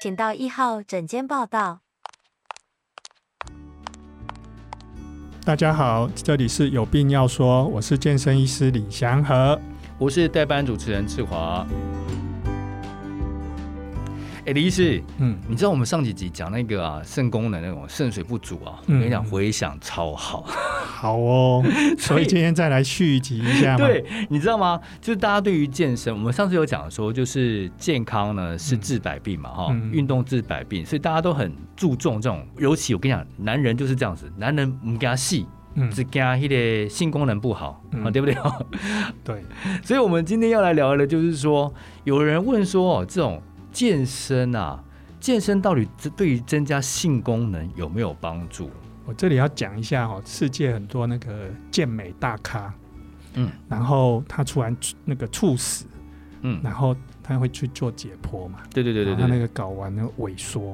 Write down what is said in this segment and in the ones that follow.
请到一号诊间报到。大家好，这里是有病要说，我是健身医师李祥和。我是代班主持人志华。哎，李医师，嗯，你知道我们上几集讲那个啊肾功能那种肾水不足啊，嗯我跟你讲回响超好。好哦，所 所以以今天再来续集一下嘛。对，你知道吗？就是大家对于健身，我们上次有讲说，就是健康呢是治百病嘛，哈、嗯运动治百病，所以大家都很注重这种。尤其我跟你讲，男人就是这样子，男人不给他细，嗯，只给他那个性功能不好，嗯啊，对不对？对，所以，我们今天要来聊的，就是说，有人问说，哦，这种健身啊，健身到底这对于增加性功能有没有帮助？我这里要讲一下哦，世界很多那个健美大咖，嗯，然后他突然猝那个猝死，嗯，然后他会去做解剖嘛，对对对对然后他那对。个睾丸呢萎缩，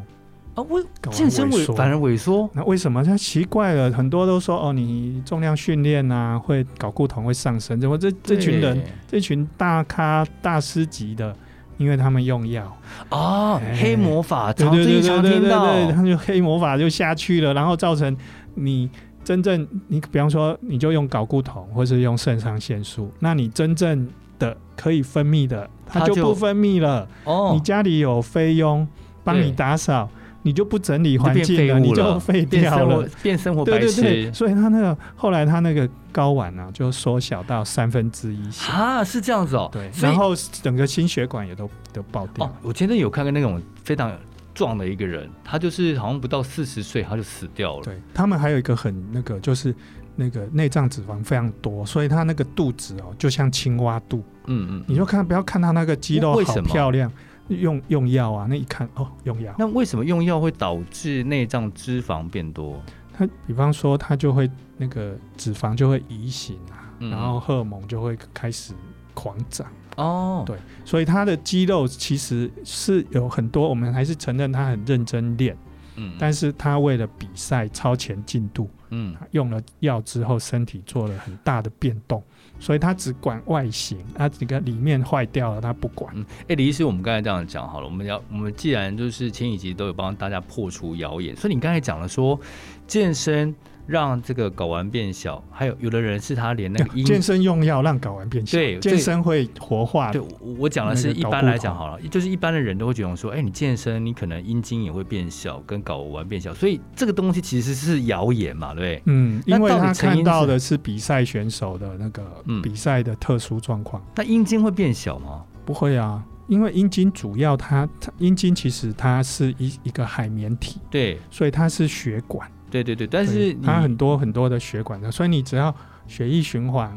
啊，我睾丸健身萎萎缩反而萎缩，那为什么？他奇怪了，很多都说哦，你重量训练啊，会睾固酮会上升，怎么这这群人，这群大咖大师级的，因为他们用药，啊，哎黑魔法，对常对最对对近常对听对到，对，他就黑魔法就下去了，然后造成你真正你比方说你就用睾固酮或是用肾上腺素，那你真正的可以分泌的，它它就就不分泌了。你哦，家里有菲佣帮你对打扫，你就不整理环变境废了，物你就废变掉生了活。变生活对白对对，痴所以他那个后来他那个睾丸啊，就缩小到三分之一小，啊，是这样子哦，对，所以然后整个心血管也都都爆掉哦了，，我前阵有看过那种非常壮的一个人，他就是好像不到四十岁他就死掉了，对他们还有一个很那个就是那个内脏脂肪非常多，所以他那个肚子哦，就像青蛙肚，嗯嗯，你就看不要看他那个肌肉为好什么漂亮，用用药啊，那一看哦，用药，那为什么用药会导致内脏脂肪变多？他比方说他就会那个脂肪就会移行啊，嗯然后荷尔蒙就会开始狂涨。哦，对所以他的肌肉其实是有很多，我们还是承认他很认真练，嗯但是他为了比赛超前进度，嗯他用了药之后，身体做了很大的变动，所以他只管外形，他这个里面坏掉了他不管。嗯，哎、李医师，我们刚才这样讲好了，我们要我们既然就是前几集都有帮大家破除谣言，所以你刚才讲了说健身让这个睾丸变小，还有有的人是他连 那个阴健身用药让睾丸变小，对健身会活化对，，我我讲的是一般来讲好了，就是一般的人都会觉得说，哎、你健身，你可能阴茎也会变小，跟睾丸变小，所以这个东西其实是谣言嘛，对不对？嗯，那因为到底他成因看是到的是比赛选手的那个嗯比赛的特殊状况。那阴茎会变小吗？不会啊，因为阴茎主要它它阴茎其实它是一一个海绵体，对，所以它是血管。对对对，但对是你它很多很多的血管的，所以你只要血液循环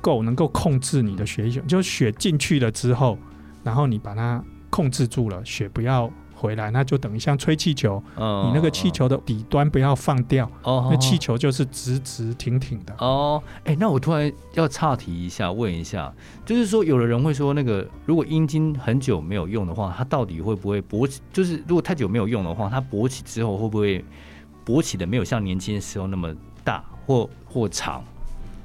够，能够控制你的血液循，就血进去了之后，然后你把它控制住了，血不要回来，那就等于像吹气球，嗯你那个气球的底端不要放掉，哦，那气球就是直直挺挺的。哦，哎、那我突然要岔题一下，问一下，就是说，有的人会说，那个如果阴茎很久没有用的话，它到底会不会勃起？就是如果太久没有用的话，它勃起之后会不会勃起的没有像年轻的时候那么大或或长？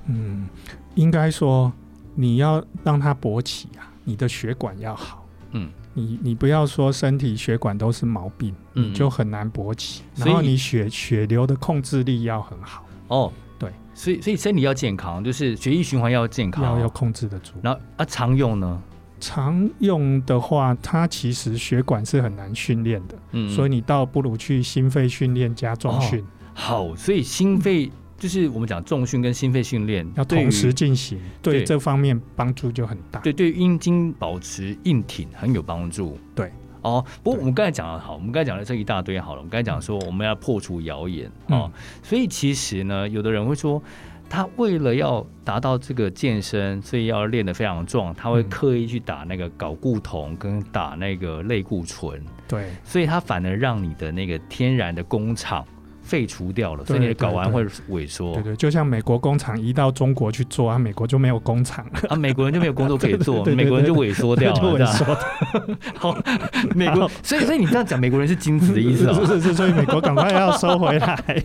嗯，应该说你要让它勃起啊，你的血管要好。嗯，你你不要说身体血管都是毛病，嗯你就很难勃起。所然后以你血血流的控制力要很好，哦，对，所以所以身体要健康，就是血液循环要健康要，要控制得住。然后啊常用呢，常用的话，它其实血管是很难训练的，嗯，哦所以你倒不如去心肺训练加重训，好，所以心肺就是我们讲重训跟心肺训练要对于同时进行，对对这方面帮助就很大。对对，阴茎保持硬挺很有帮助。对，哦，不过对我们刚才讲了，好，我们刚才讲了这一大堆，好了，我们刚才讲说我们要破除谣言嗯哦，所以其实呢，有的人会说。他为了要达到这个健身，所以要练得非常壮，他会嗯刻意去打那个睾固酮跟打那个类固醇，对所以它反而让你的那个天然的工厂废除掉了，所以你的对对睾丸会萎缩对对，就像美国工厂移到中国去做啊，美国就没有工 厂了，啊，美国人就没有工作可以做， 对对对对美国人就萎缩掉 就了，这萎啊样缩好， 美国，所以所以你这样讲，美国人是精子的意思是哦。是是，所以美国赶快要收回来，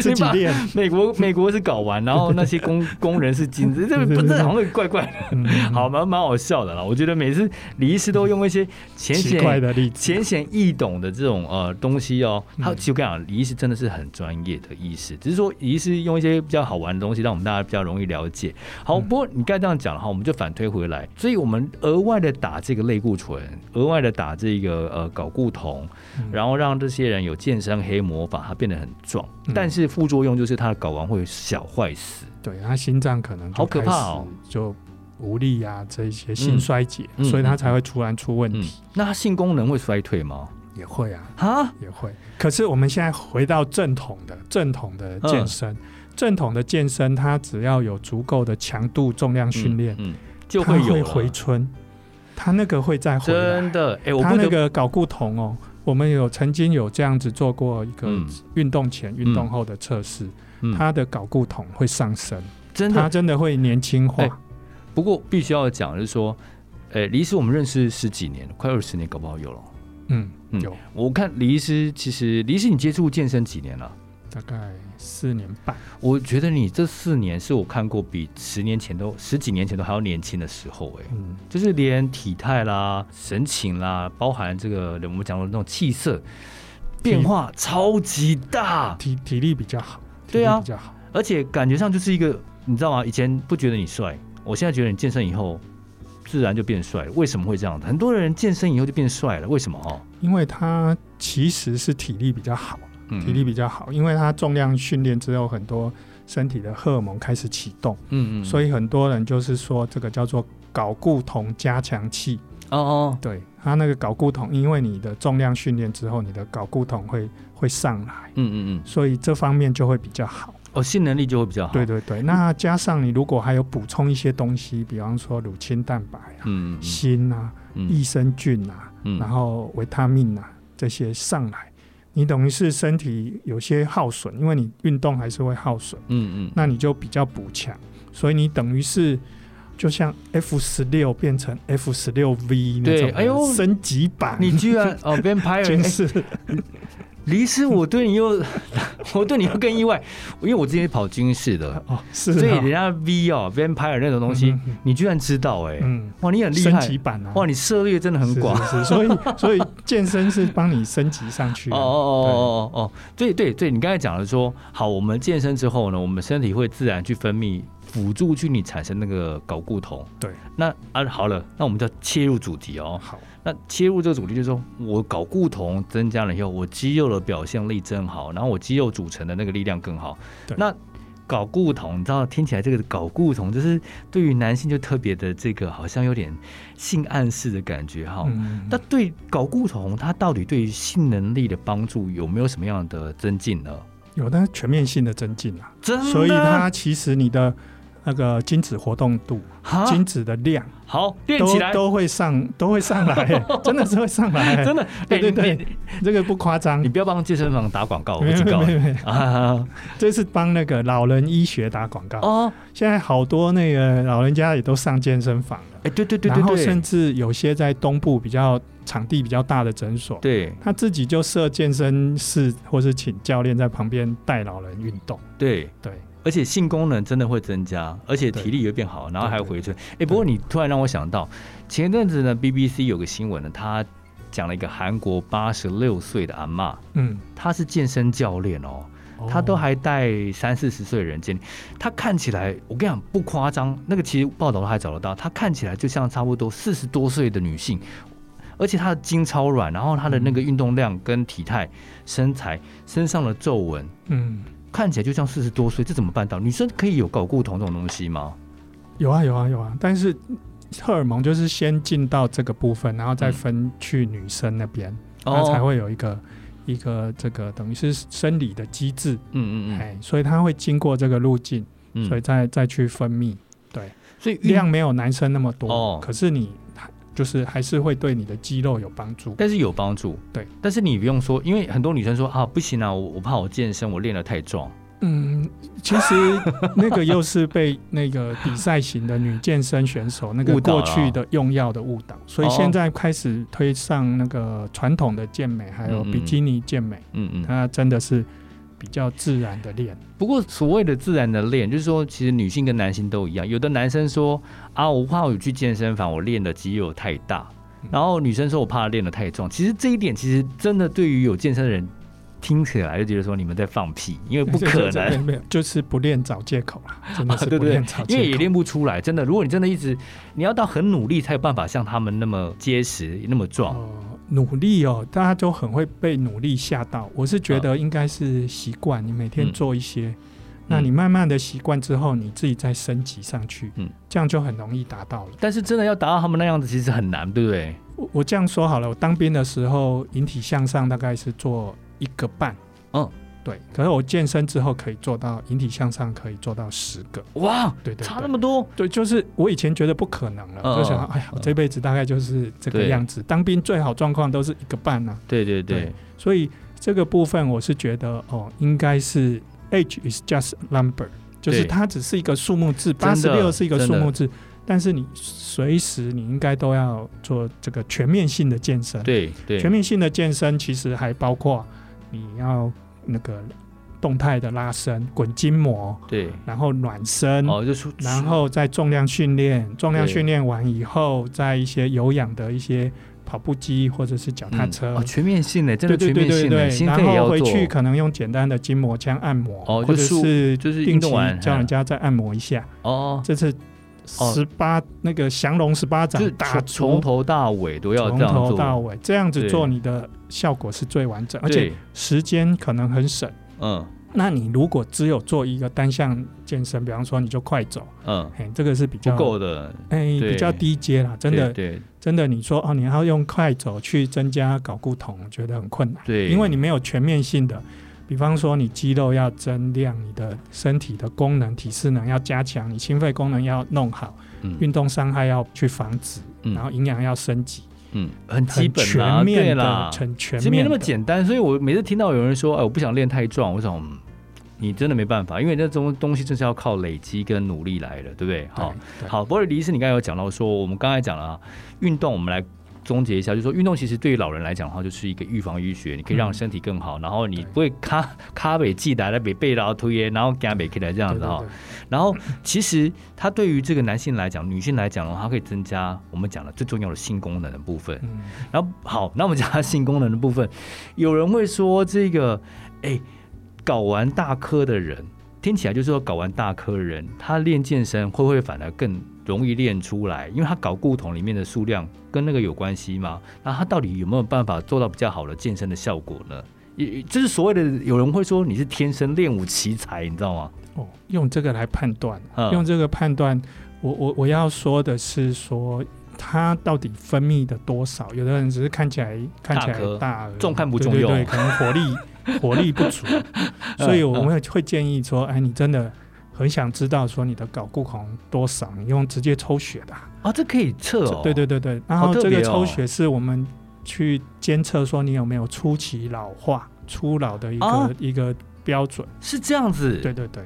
自己练。 美国美国是睾丸，然后那些工工人是精子， 这对不对这对好像怪怪的，嗯，好蛮蛮好笑的啦。我觉得每次李医师都用一些浅奇怪显的例子，浅显易懂的这种呃东西哦，他嗯其实我跟你讲，李医师真的是很专业的医师，只是说李医师用一些比较好玩的东西，让我们大家比较容易了解。好，嗯不过你刚才这样讲了哈，我们就反推回来，所以我们额外的打这个类固醇，额外的打这个呃睾固酮，嗯然后让这些人有健身黑魔法，他变得很壮，嗯但是副作用就是他的睾丸会小坏死。对他心脏可能就好可怕哦开始就无力啊，这一些心衰竭，嗯所以他才会突然出问嗯题，，那他性功能会衰退吗？也会啊，啊，也会。可是我们现在回到正统的正统的健嗯身，正统的健身，它只要有足够的强度、重量训练，嗯，嗯就它会有会了回春，它那个会再回真来。的，哎、我它不那得个睾固酮哦，我们有曾经有这样子做过一个嗯运动前、运动后的测试，嗯它的睾固酮会上升，真的它真的会年轻化。哎不过必须要讲，就是说，呃，李医师我们认识十几年，快二十年，搞不好有了。嗯嗯，有我看李医师，其实李医师你接触健身几年了？大概四年半，我觉得你这四年是我看过比十年前都十几年前都还要年轻的时候、哎，嗯，就是连体态啦、神情啦，包含这个我们讲的那种气色变化超级大，体体力比较好，体对力啊比较好，而且感觉上就是一个，你知道吗？以前不觉得你帅，我现在觉得你健身以后自然就变帅了。为什么会这样？很多人健身以后就变帅了，为什么？哦，因为它其实是体力比较好，嗯体力比较好，因为它重量训练之后，很多身体的荷尔蒙开始启动，嗯嗯，所以以很多人就是说这个叫做睾固酮加强器，哦哦，对，它那个睾固酮，因为你的重量训练之后，你的睾固酮会会上来。嗯嗯嗯，所以这方面就会比较好，哦，性能力就会比较好。对，对对。那加上你如果还有补充一些东西，比方说乳清蛋白啊，嗯锌啊、嗯益生菌啊，嗯然嗯，后维他命啊这些上来，你等于是身体有些耗损，因为你运动还是会耗损，嗯嗯，那你就比较补强，所以你等于是就像 F 十六变成 F 十六 V 那对种哎呦的升级版，你居然嗯 哦真，vampire，是哎黎师，我对你又， 我对你又更意外，因为我之前跑军事的，哦， 是所以人哦家 V 哦，vampire 那种东西嗯嗯，你居然知道哎，嗯，哇，你很厉升害级，版啊，哇，你涉猎真的很是广。是是所以 所以健身是帮你升级上去哦啊，哦哦哦哦，对对对，你刚才讲了说，好，我们健身之后呢，我们身体会自然去分泌辅助去你产生那个睾固酮。对，那啊好了，那我们就要切入主题哦对。好，那切入这个主题就是说，我睾固酮增加了以后，我肌肉的表现力真好，然后我肌肉组成的那个力量更好。对那睾固酮，你知道听起来这个睾固酮就是对于男性就特别的这个好像有点性暗示的感觉哈。嗯那对睾固酮，它到底对于性能力的帮助有没有什么样的增进呢？有那全面性的增进啊，真的，所以它其实你的那个精子活动度。哈精子的量好啊练都起来，都会上，都会上来、 真的是会上来、真的，对对哎对你你这个不夸张你。不要帮健身房打广告，我没有警告没你有没有，啊！这是帮那个老人医学打广告。哦，现在好多那个老人家也都上健身房了，哎，对对对然后对甚对，至有些在东部比较场地比较大的诊所，对他自己就设健身室，或是请教练在旁边带老人运动。对。对，而且性功能真的会增加，而且对体力也会变好，然后还对对回春。哎，不过你突然让我想到，前一阵子呢，BBC 有个新闻呢，他讲了一个韩国八十六岁的阿嬷，嗯，她是健身教练哦，他都哦还带三四十岁的人见，他看起来，我跟你讲不夸张，那个其实报道都还找得到，他看起来就像差不多四十多岁的女性，而且她的筋超软，然后她的那个运动量跟体态、身材、身上的皱纹，嗯看起来就像四十多岁，这怎么办到？女生可以有睾固酮这种东西吗？有啊有啊有啊，但是荷尔蒙就是先进到这个部分，然后再嗯分去女生那边。它哦才，会有一个一个这个等于是生理的机制，嗯嗯哎、所以它会经过这个路径，嗯所以嗯，再再去分泌，对，所以运量没有男生那么多，哦可是你它就是还是会对你的肌肉有帮助。但是有帮助。对，但是你不用说，因为很多女生说啊，不行啊，我我怕我健身，我练得太壮。嗯，其实那个又是被那个比赛型的女健身选手那个误导过了去的用药的误导，所以哦现在开始推上那个传统的健美，还有嗯嗯比基尼健美，嗯嗯。它真的是比较自然的练。不过所谓的自然的练，就是说，其实女性跟男性都一样。有的男生说啊，我怕我去健身房，我练的肌肉太大；嗯然后女生说我怕练的太重。其实这一点，其实真的对于有健身的人听起来就觉得说你们在放屁，因为不可 这个能。啊没有，就是不练找借口了，真的是对不对练找因啊为借也口。练不出来，真的。如果你真的一直，你要到很努力才有办法像他们那么结实、那么壮。哦，努力哦，大家都很会被努力吓到。我是觉得应该是习惯，你每天啊嗯做一些，那你慢慢的习惯之后，你自己再升级上去，嗯这样就很容易达到了。但是真的要达到他们那样子，其实很难，对不对？我我这样说好了，我当兵的时候引体向上大概是做一个半，嗯，对。可是我健身之后可以做到引体向上可以做到十个，哇，对对对差那么多，对，就是我以前觉得不可能了，嗯就想哎呀，我这辈子大概就是这个对样子。当兵最好状况都是一个半啊，对对对对，所以这个部分我是觉得哦，应该是 age is just a number，就是它只是一个数目字，八真十的六是一个真数的目字，但是你随时你应该都要做这个全面性的健身。，对对，全面性的健身其实还包括你要那个动态的拉伸、滚筋膜，对，然后暖身。哦，就出，嗯然后再重量训练，重量对训练完以后，再一些有氧的一些跑步机或者是脚踏车，嗯哦，全面性的，真对对的全对面对性的，对，心然肺也要后回做，去可能用简单的筋膜枪按摩，哦或者就是就是定运期动完叫人家家再按摩一下。哦，这次哦十八、那个降龙十八就掌是打从足从头到尾都要从这样头做，到尾这样子对做，你的效果是最完整，而且对时间可能很省。嗯那你如果只有做一个单项健身，比方说你就快走，嗯嘿，这个是比不较够的，哎对比较低阶啦，真的对真的，你说哦，你要用快走去增加睾固酮，我觉得很困难。对，因为你没有全面性的，比方说你肌肉要增量，你的身体的功能、体适能要加强，你心肺功能要弄好，嗯运动伤害要去防止，嗯然后营养要升级，嗯很基很本全啦，对面啦的，，全全其实没面那么的简单，所以我每次听到有人说，哎，我不想练太壮，我想。嗯你真的没办法，因为那种东西就是要靠累积跟努力来的，对不对？好，，对，好，不过李医师，你刚才有讲到说，我们刚才讲了啊，运动，我们来总结一下，就是说运动其实对于老人来讲的话，就是一个预防医学，你可以让嗯身体更好，然后你对不会卡卡北记来来北背劳推耶，然后加北起来这样对子对哈。对然后其实它对于这个男性来讲、女性来讲的话，它可以增加我们讲的最重要的性功能的部分。嗯，然后好，那我们讲它性功能的部分，有人会说这个，哎，搞完大科的人，听起来就是说搞完大科的人，他练健身会不会反而更容易练出来？因为他搞固酮里面的数量跟那个有关系吗？那他到底有没有办法做到比较好的健身的效果呢？也就是所谓的有人会说你是天生练武奇才，你知道吗？哦，用这个来判断，啊嗯用这个判断，我我我要说的是说。它到底分泌的多少？有的人只是看起来看起大来颗大而已，重看不重对对用嗯对，可能火 力火力不足，所以我们会建议说，哎，你真的很想知道说你的睾固酮多少，你用直接抽血的啊、啊，这可以测哦，对对对对，然好后特这别个哦抽血是我们去监测说你有没有初期老化、初老的一个、啊一个标准。是这样子，对对对。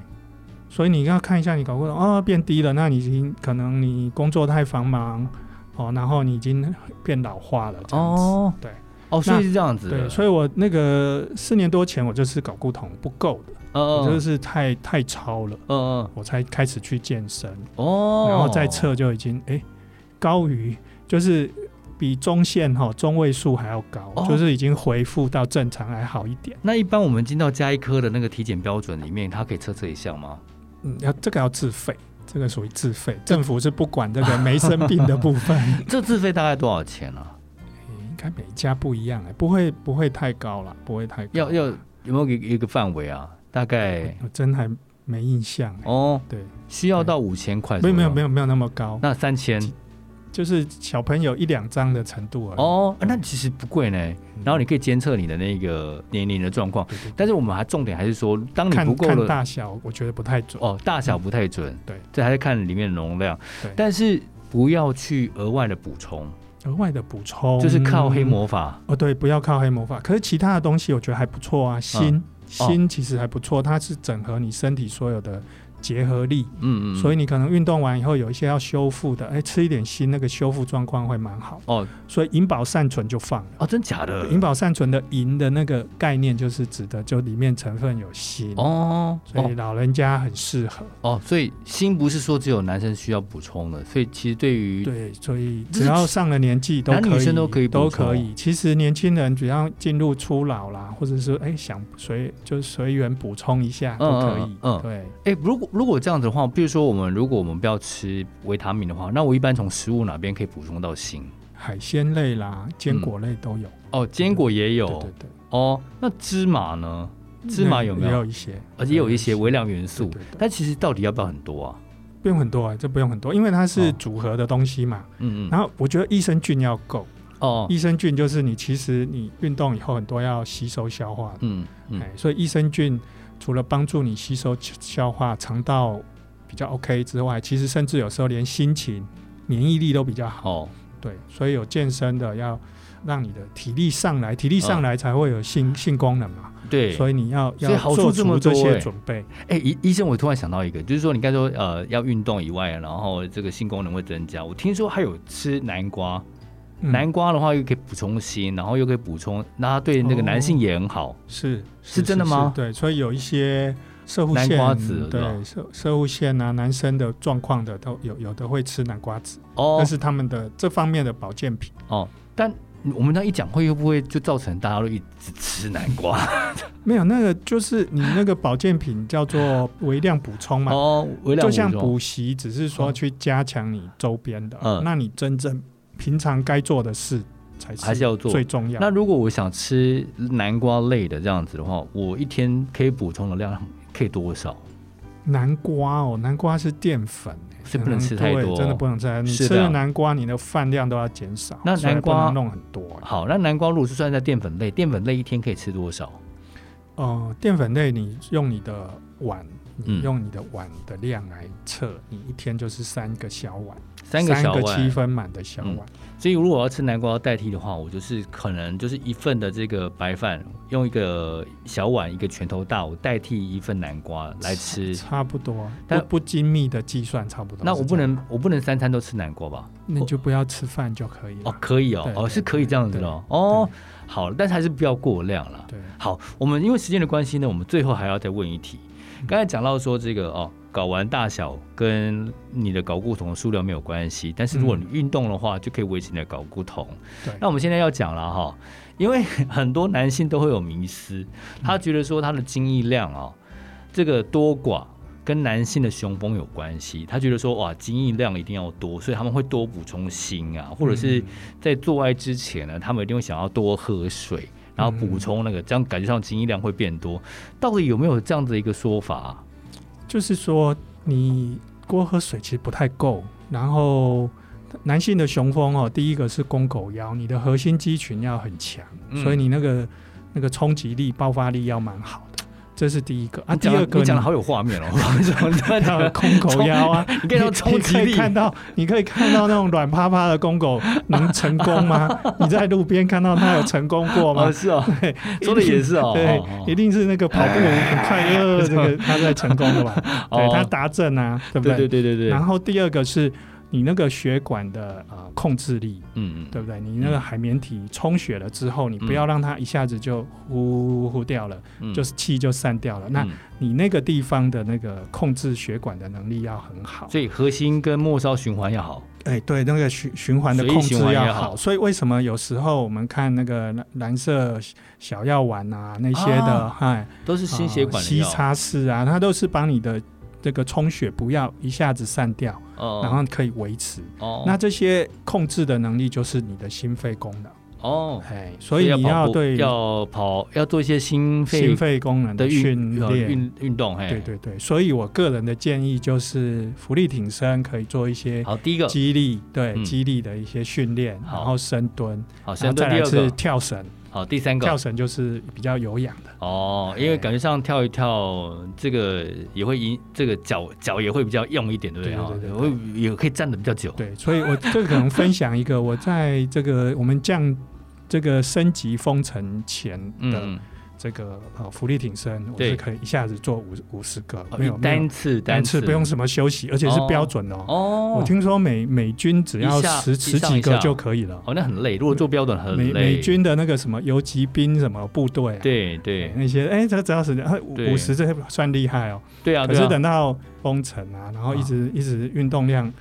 所以你要看一下你睾固酮哦变低了，那你已经可能你工作太繁忙哦，然后你已经变老化了这样子。哦，对，哦，所以是这样子的，对，所以我那个四年多前我就是睾固酮不够的，嗯我嗯就是太太超了。嗯嗯我才开始去健身，哦，然后再测就已经哎、诶高于就是比中线哈中位数还要高，哦就是已经恢复到正常还好一点。那一般我们进到加医科的那个体检标准里面，它可以测这一项吗？嗯，要这个要自费，这个属于自费，政府是不管这个没生病的部分，诶这自费大概多少钱啊？嗯应该每家不一样、诶欸不会不会太高了，不会太高。要要有没有一个一个范围啊？大概我真还没印象、诶哦，对，需要到五千块？没有没有没有，有没有那么高，那三千就是小朋友一两张的程度而已。哦，那其实不贵呢。嗯，然后你可以监测你的那个年龄的状况，对对对但是我们还重点还是说，当你不看够看了大小，我觉得不太准。哦，大小不太准，对，这还是看里面的容量对，但是不要去额外的补充。额外的补充，就是靠黑魔法。哦，对，不要靠黑魔法。可是其他的东西我觉得还不错嗯啊，锌、哦锌其实还不错，它是整合你身体所有的结合力，嗯嗯，所以以你可能运动完以后有一些要修复的，哎，吃一点锌，那个修复状况会蛮好。哦所以银保善存就放了。哦，真假的？银保善存的银的那个概念就是指的，就里面成分有锌，哦所以哦老人家很适合。哦，所以锌不是说只有男生需要补充的，所以其实对于对，所以这只是要上了年纪都可以，男女生都可以补都充可以。其实年轻人只要进入初老啦，或者是哎想随就随缘补充一下都可以。嗯嗯嗯对，哎、如果如果这样子的话，比如说我们如果我们不要吃维他命的话，那我一般从食物哪边可以补充到锌？海鲜类啦、坚果类都有。哦，坚果也嗯有对对对，哦，那芝麻呢？芝麻有没那也有？有一些，而且有一些微量元素，对对对但其实到底要不要很多啊？不用很多啊，这不用很多，因为它是哦组合的东西嘛。嗯嗯，然后我觉得益生菌要够，哦，益生菌就是你其实你运动以后很多要吸收消化的。嗯嗯哎，所以益生菌除了帮助你吸收、消化、肠道比较 OK 之外，其实甚至有时候连心情、免疫力都比较好。哦对，所以有健身的要让你的体力上来，体力上来才会有性、性功能嘛。啊对，所以你要所以要好处做这么出这多欸些准备。哎、医医生，我突然想到一个，就是说你刚才说呃要运动以外，然后这个性功能会增加。我听说还有吃南瓜，嗯南瓜的话又可以补充锌，然后又可以补充，那它对那个男性也很好。是是真的吗对，所以有一些射护南腺，瓜子是吧对射射护腺啊，男生的状况的都有，有的会吃南瓜子，哦那是他们的这方面的保健品。哦，但我们这样一讲会，会不会就造成大家都一直吃南瓜？ 没有，那个就是你那个保健品叫 做微量补充嘛，哦，微量就像补充补习，只是说去加强你周边的。嗯那你真正平常该做的事才还是是要做。最重要。那如果我想吃南瓜类的这样子的话，我一天可以补充的量可以多少？南瓜哦，南瓜是淀粉、欸，是不能吃太多嗯对真的不能吃太多。你是的吃了南瓜，你的饭量都要减少，那所以南瓜不能弄很多、欸。好，那南瓜如果是算在淀粉类，淀粉类一天可以吃多少？呃，淀粉类你用你的碗，嗯你用你的碗的量来测，你一天就是三个小碗，三个小七碗。嗯分满的小碗。所以如果我要吃南瓜要代替的话，我就是可能就是一份的这个白饭，用一个小碗一个拳头大，我代替一份南瓜来吃。差不多，但但不精密的计算差不多。那我不，能，我不能三餐都吃南瓜吧？那你就不要吃饭就可以了。哦，可以哦对，哦，对是可以这样子的哦。哦，好，但是还是不要过量了。对，好，我们因为时间的关系呢，我们最后还要再问一题。刚才讲到说这个哦，睾丸大小跟你的睾固酮的数量没有关系，但是如果你运动的话，就可以维持你的睾固酮。对那我们现在要讲了哈，因为很多男性都会有迷思，嗯他觉得说他的精液量啊、哦，这个多寡。跟男性的雄风有关系，他觉得说哇，精液量一定要多，所以他们会多补充锌啊，或者是嗯在做爱之前呢，他们一定会想要多喝水，然后补充那嗯个，这样感觉上精液量会变多。到底有没有这样的一个说法啊、就是说你多喝水其实不太够，然后。男性的雄风哦，第一个是肱狗腰，你的核心肌群要很强，嗯所以你那个那个冲击力、爆发力要蛮好的，这是第一个啊。你第讲得二个你讲的好有画面哦， 你看 到肱狗腰 啊，你看到冲击你可力以，看到，你可以看到那种软趴趴的公狗能成功 吗？你在路边看到它有成功过吗哦？ 是哦，对，说的也是哦，对哦，一定是那个跑步很快 乐，这个他在成功的吧？对哦他达阵啊，对不对对对？对对对，然嗯后第二个是你那个血管的呃控制力，嗯，对不对？你那个海绵体充血了之后，你不要让它一下子就呼呼掉了，嗯就是气就散掉了。那嗯你那个地方的那个控制血管的能力要很好。所以核心跟末梢循环要好，哎，对，那个循循环的随意控制循环也要好好，所以为什么有时候我们看那个蓝蓝色小药丸啊那些的，啊嗨、都是心血管的吸药，擦拭啊，它都是帮你的这个充血不要一下子散掉，哦然后可以维持。哦那这些控制的能力就是你的心肺功能，哦，哎，所以你跑要步对要跑要做一些心肺心肺功能的的训运呃练。运运动，嘿，对对对，所以我个人的建议就是，浮力挺身可以做一些好，第一个激励，对嗯激励的一些训练，好然后深蹲，好，然先后再对第来二是个跳绳，好，第三跳个绳就是比较有氧的，哦，因为感觉上跳一跳，这个也会引这个脚脚也会比较用一点，对不对？对对对对哦会也可以站的比较久。对，所以我这个可能分享一个我在这个我们降这个升级封城前的嗯，这个呃浮力挺身，我对是可以一下子做五五十个，哦没有没有单次单次次不用什么休息，而且是哦标准的哦。哦，我听说美美军只要一下十一十上几一个下就可以了。哦，那很累，如果做标准很美累。美军的那个什么游击兵什么部队、啊，对对那些哎，这只要是对五十，这算厉害哦。对啊，可对是啊，等到封城啊，然后一直一直运动量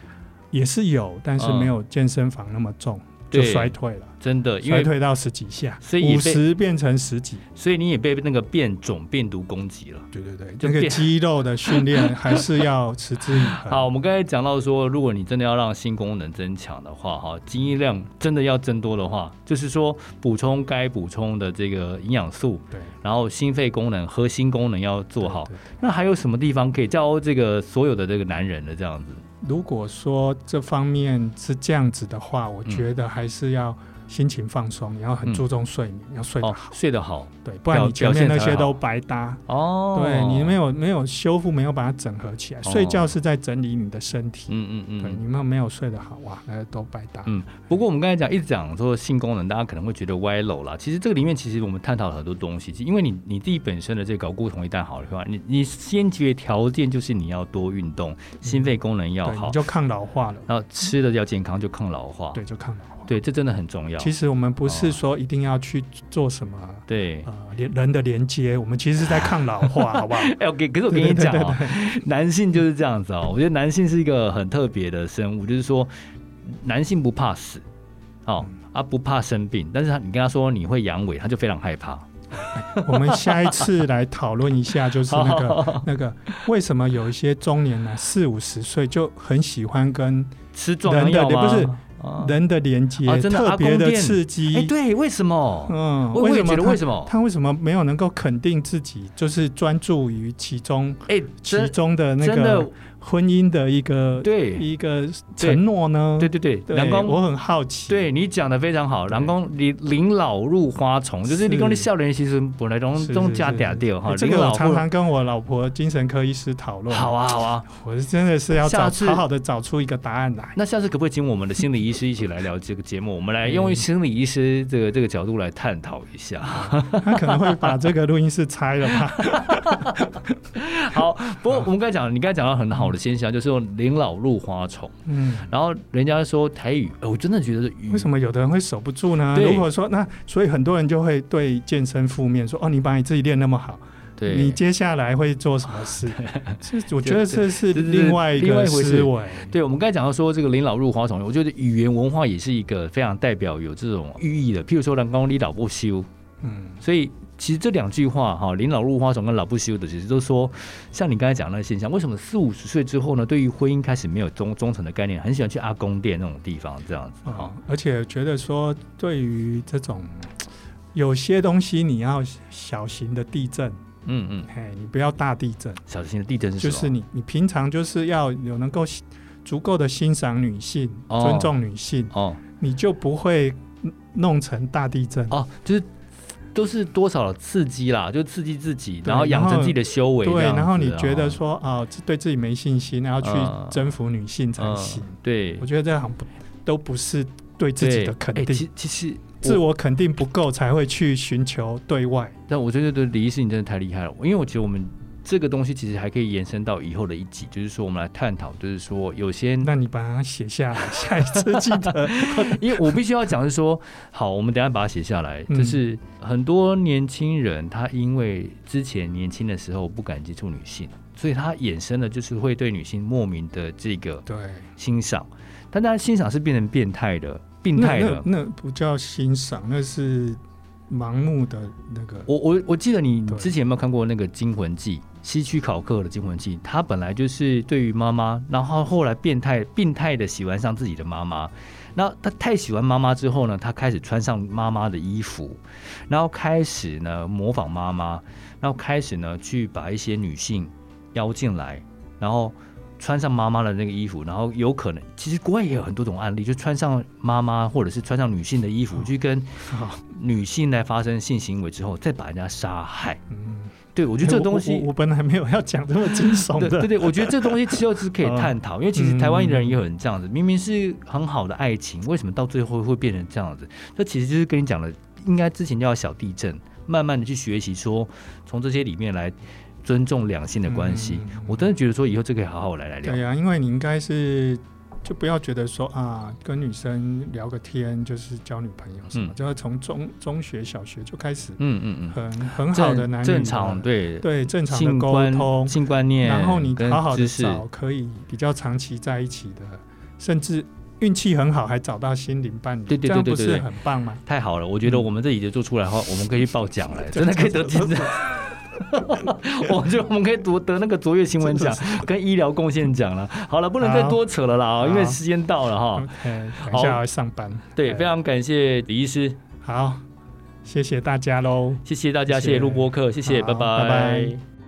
也是有，但是嗯没有健身房那么重，就对衰退了，真的，因衰为退到十几下，所以五也被十变成十几。所以你也被那个变种病毒攻击了。对对对，就那个变肌肉的训练 还是要持之以恒。好，我们刚才讲到说，如果你真的要让性功能增强的话，哈，精液量真的要增多的话，就是说补充该补充的这个营养素，对，然后心肺功能、核心功能要做好对。对那还有什么地方可以教这个所有的这个男人的这样子？如果说这方面是这样子的话，我觉得还是要心情放松，你要很嗯注重睡眠，要睡得哦好，，睡得好对，不然表你前表现面那些才好都白搭。哦，对你没有没有修复，没有把它整合起来。哦睡觉是在整理你的身体，嗯嗯对，嗯。你们没有睡得好哇，那都白搭。嗯，不过我们刚才讲一直讲说性功能，大家可能会觉得歪楼啦。其实这个里面，其实我们探讨了很多东西。因为你你自己本身的这个睾固酮一旦好的话，你你先决条件就是你要多运动，心肺功能要嗯对，好你，就抗老化了，然后吃的要健康，就抗老化。对，就抗老化。对，这真的很重要。其实我们不哦是说一定要去做什么 对。呃连人的连接，我们其实是在抗老 化，好不好？哎，我给，可是我跟你讲哦，男性就是这样子哦。我觉得男性是一个很特别的生物，就是说，男性不怕死，哦嗯啊不怕生病，但是他你跟他说你会阳痿，他就非常害怕。我们下一次来讨论一下，就是那个那个为什么有一些中年男四五十岁就很喜欢跟吃壮阳人药的吗？不是啊人的连接啊，真的特别阿公的店刺哎、激？对，为什 么？嗯，我我也觉得他哦为什么？他为什么没有能够肯定自己，就是专注于其中哎、其真中的那真个的婚姻的一个对一个承诺呢？对对对，对，南宫。我很好奇。对你讲的非常好，对南宫你临老入花丛，就是是你讲你少年其实本来都是，是都是加嗲掉哈，欸这临个我老常入常跟我老婆精神科医师讨论。好，啊好啊。我是真的是要下找次好好的找出一个答案来。那下次可不可以请我们的心理医师一起来聊这个节目？我们来用心理医师这个这个角度来探讨一下。 他可能会把这个录音室拆了吧？ 好，不过我们刚才讲，你刚才讲到很好的现象，就是说临老入花丛，嗯。然后人家说台语，呃我真的觉得语为什么有的人会守不住呢？对如果说那，所以很多人就会对健身负面说：“哦，你把你自己练那么好，对你接下来会做什么 事？这我觉得这是这这另外一另外个一回事思维。对，我们刚才讲到说这个“临老入花丛”，我觉得语言文化也是一个非常代表有这种寓意的。譬如说“南宫离老不休嗯”，，所以其实这两句话哈，“临老入花丛”跟“老不休”的，其实都说像你刚才讲的那个现象，为什么四五十岁之后呢，对于婚姻开始没有忠忠诚的概念，很喜欢去阿公店那种地方这样子哈、啊，而且觉得说，对于这种有些东西，你要小型的地震，嗯嗯，嘿，你不要大地震，小心的地震是什哦就么？是你你平常就是要有能够足够的欣赏女性、哦尊重女性，哦你就不会弄成大地震。哦，就是。都是多少的刺激啦，就刺激自己，对然后养成自己的修为这对，样子啊。然后你觉得说啊、哦对自己没信心，然后去嗯征服女性才嗯行。对我觉得这好像不都不是对自己对的肯哎定，其其实自我肯定不够才会去寻求对外。但我觉得对李医师你真的太厉害了，因为我觉得我们这个东西其实还可以延伸到以后的一集，就是说我们来探讨，就是说有些，那你把它写下来，下一次记 得。因为我必须要讲是说，好，我们等一下把它写下来，嗯就是很多年轻人他因为之前年轻的时候不敢接触女性，所以他衍生了就是会对女性莫名的这个对，欣赏，但他欣赏是变成变态的、病那态那的。那不叫欣赏，那是盲目的那个。我我我记得你对之前有没有看过那个《惊魂记》？西区考克的《惊魂记》，他本来就是对于妈妈，然后后来变态病态的喜欢上自己的妈妈。那他太喜欢妈妈之后呢，他开始穿上妈妈的衣服，然后开始呢模仿妈妈，然后开始呢去把一些女性邀进来，然后穿上妈妈的那个衣服，然后有可能，其实国外也有很多种案例，就穿上妈妈或者是穿上女性的衣嗯服去跟女性来发生性行为之后，再把人家杀害。嗯，对我觉得这哎个东我我西我，我本来没有要讲这么嗯惊悚对的，对对，我觉得这东西之后 是可以探讨，因为其实台湾人也有人这样子，明明是很好的爱情，为什么到最后会变成这样子？这其实就是跟你讲的，应该之前叫小地震，慢慢的去学习说，从这些里面来尊重两性的关系。嗯我真的觉得说以后这可以好好来来聊。对啊，因为你应该是就不要觉得说啊，跟女生聊个天就是交女朋友什么，嗯就要从中中学、小学就开始嗯嗯嗯，很、很好的正男女正了常对对正常的性沟观通，性观念，然后你跟好好的知识，找可以比较长期在一起的，甚至运气很好还找到心灵伴侣，对对对这样对不对是对很棒吗？太好了，我觉嗯得我们这里就做出来的话，我们可以去报奖 了，真的可以得金奖。 我觉得我们可以夺得那个卓越新 闻奖跟医疗贡献奖了。好了，不能再好多扯了啦，哦因为好时间到了哈。 OK，等一下要上班。哦对，哎非常感谢李医师，好，谢谢大家喽。谢谢大家，谢谢谢谢录播客，谢谢，好拜拜拜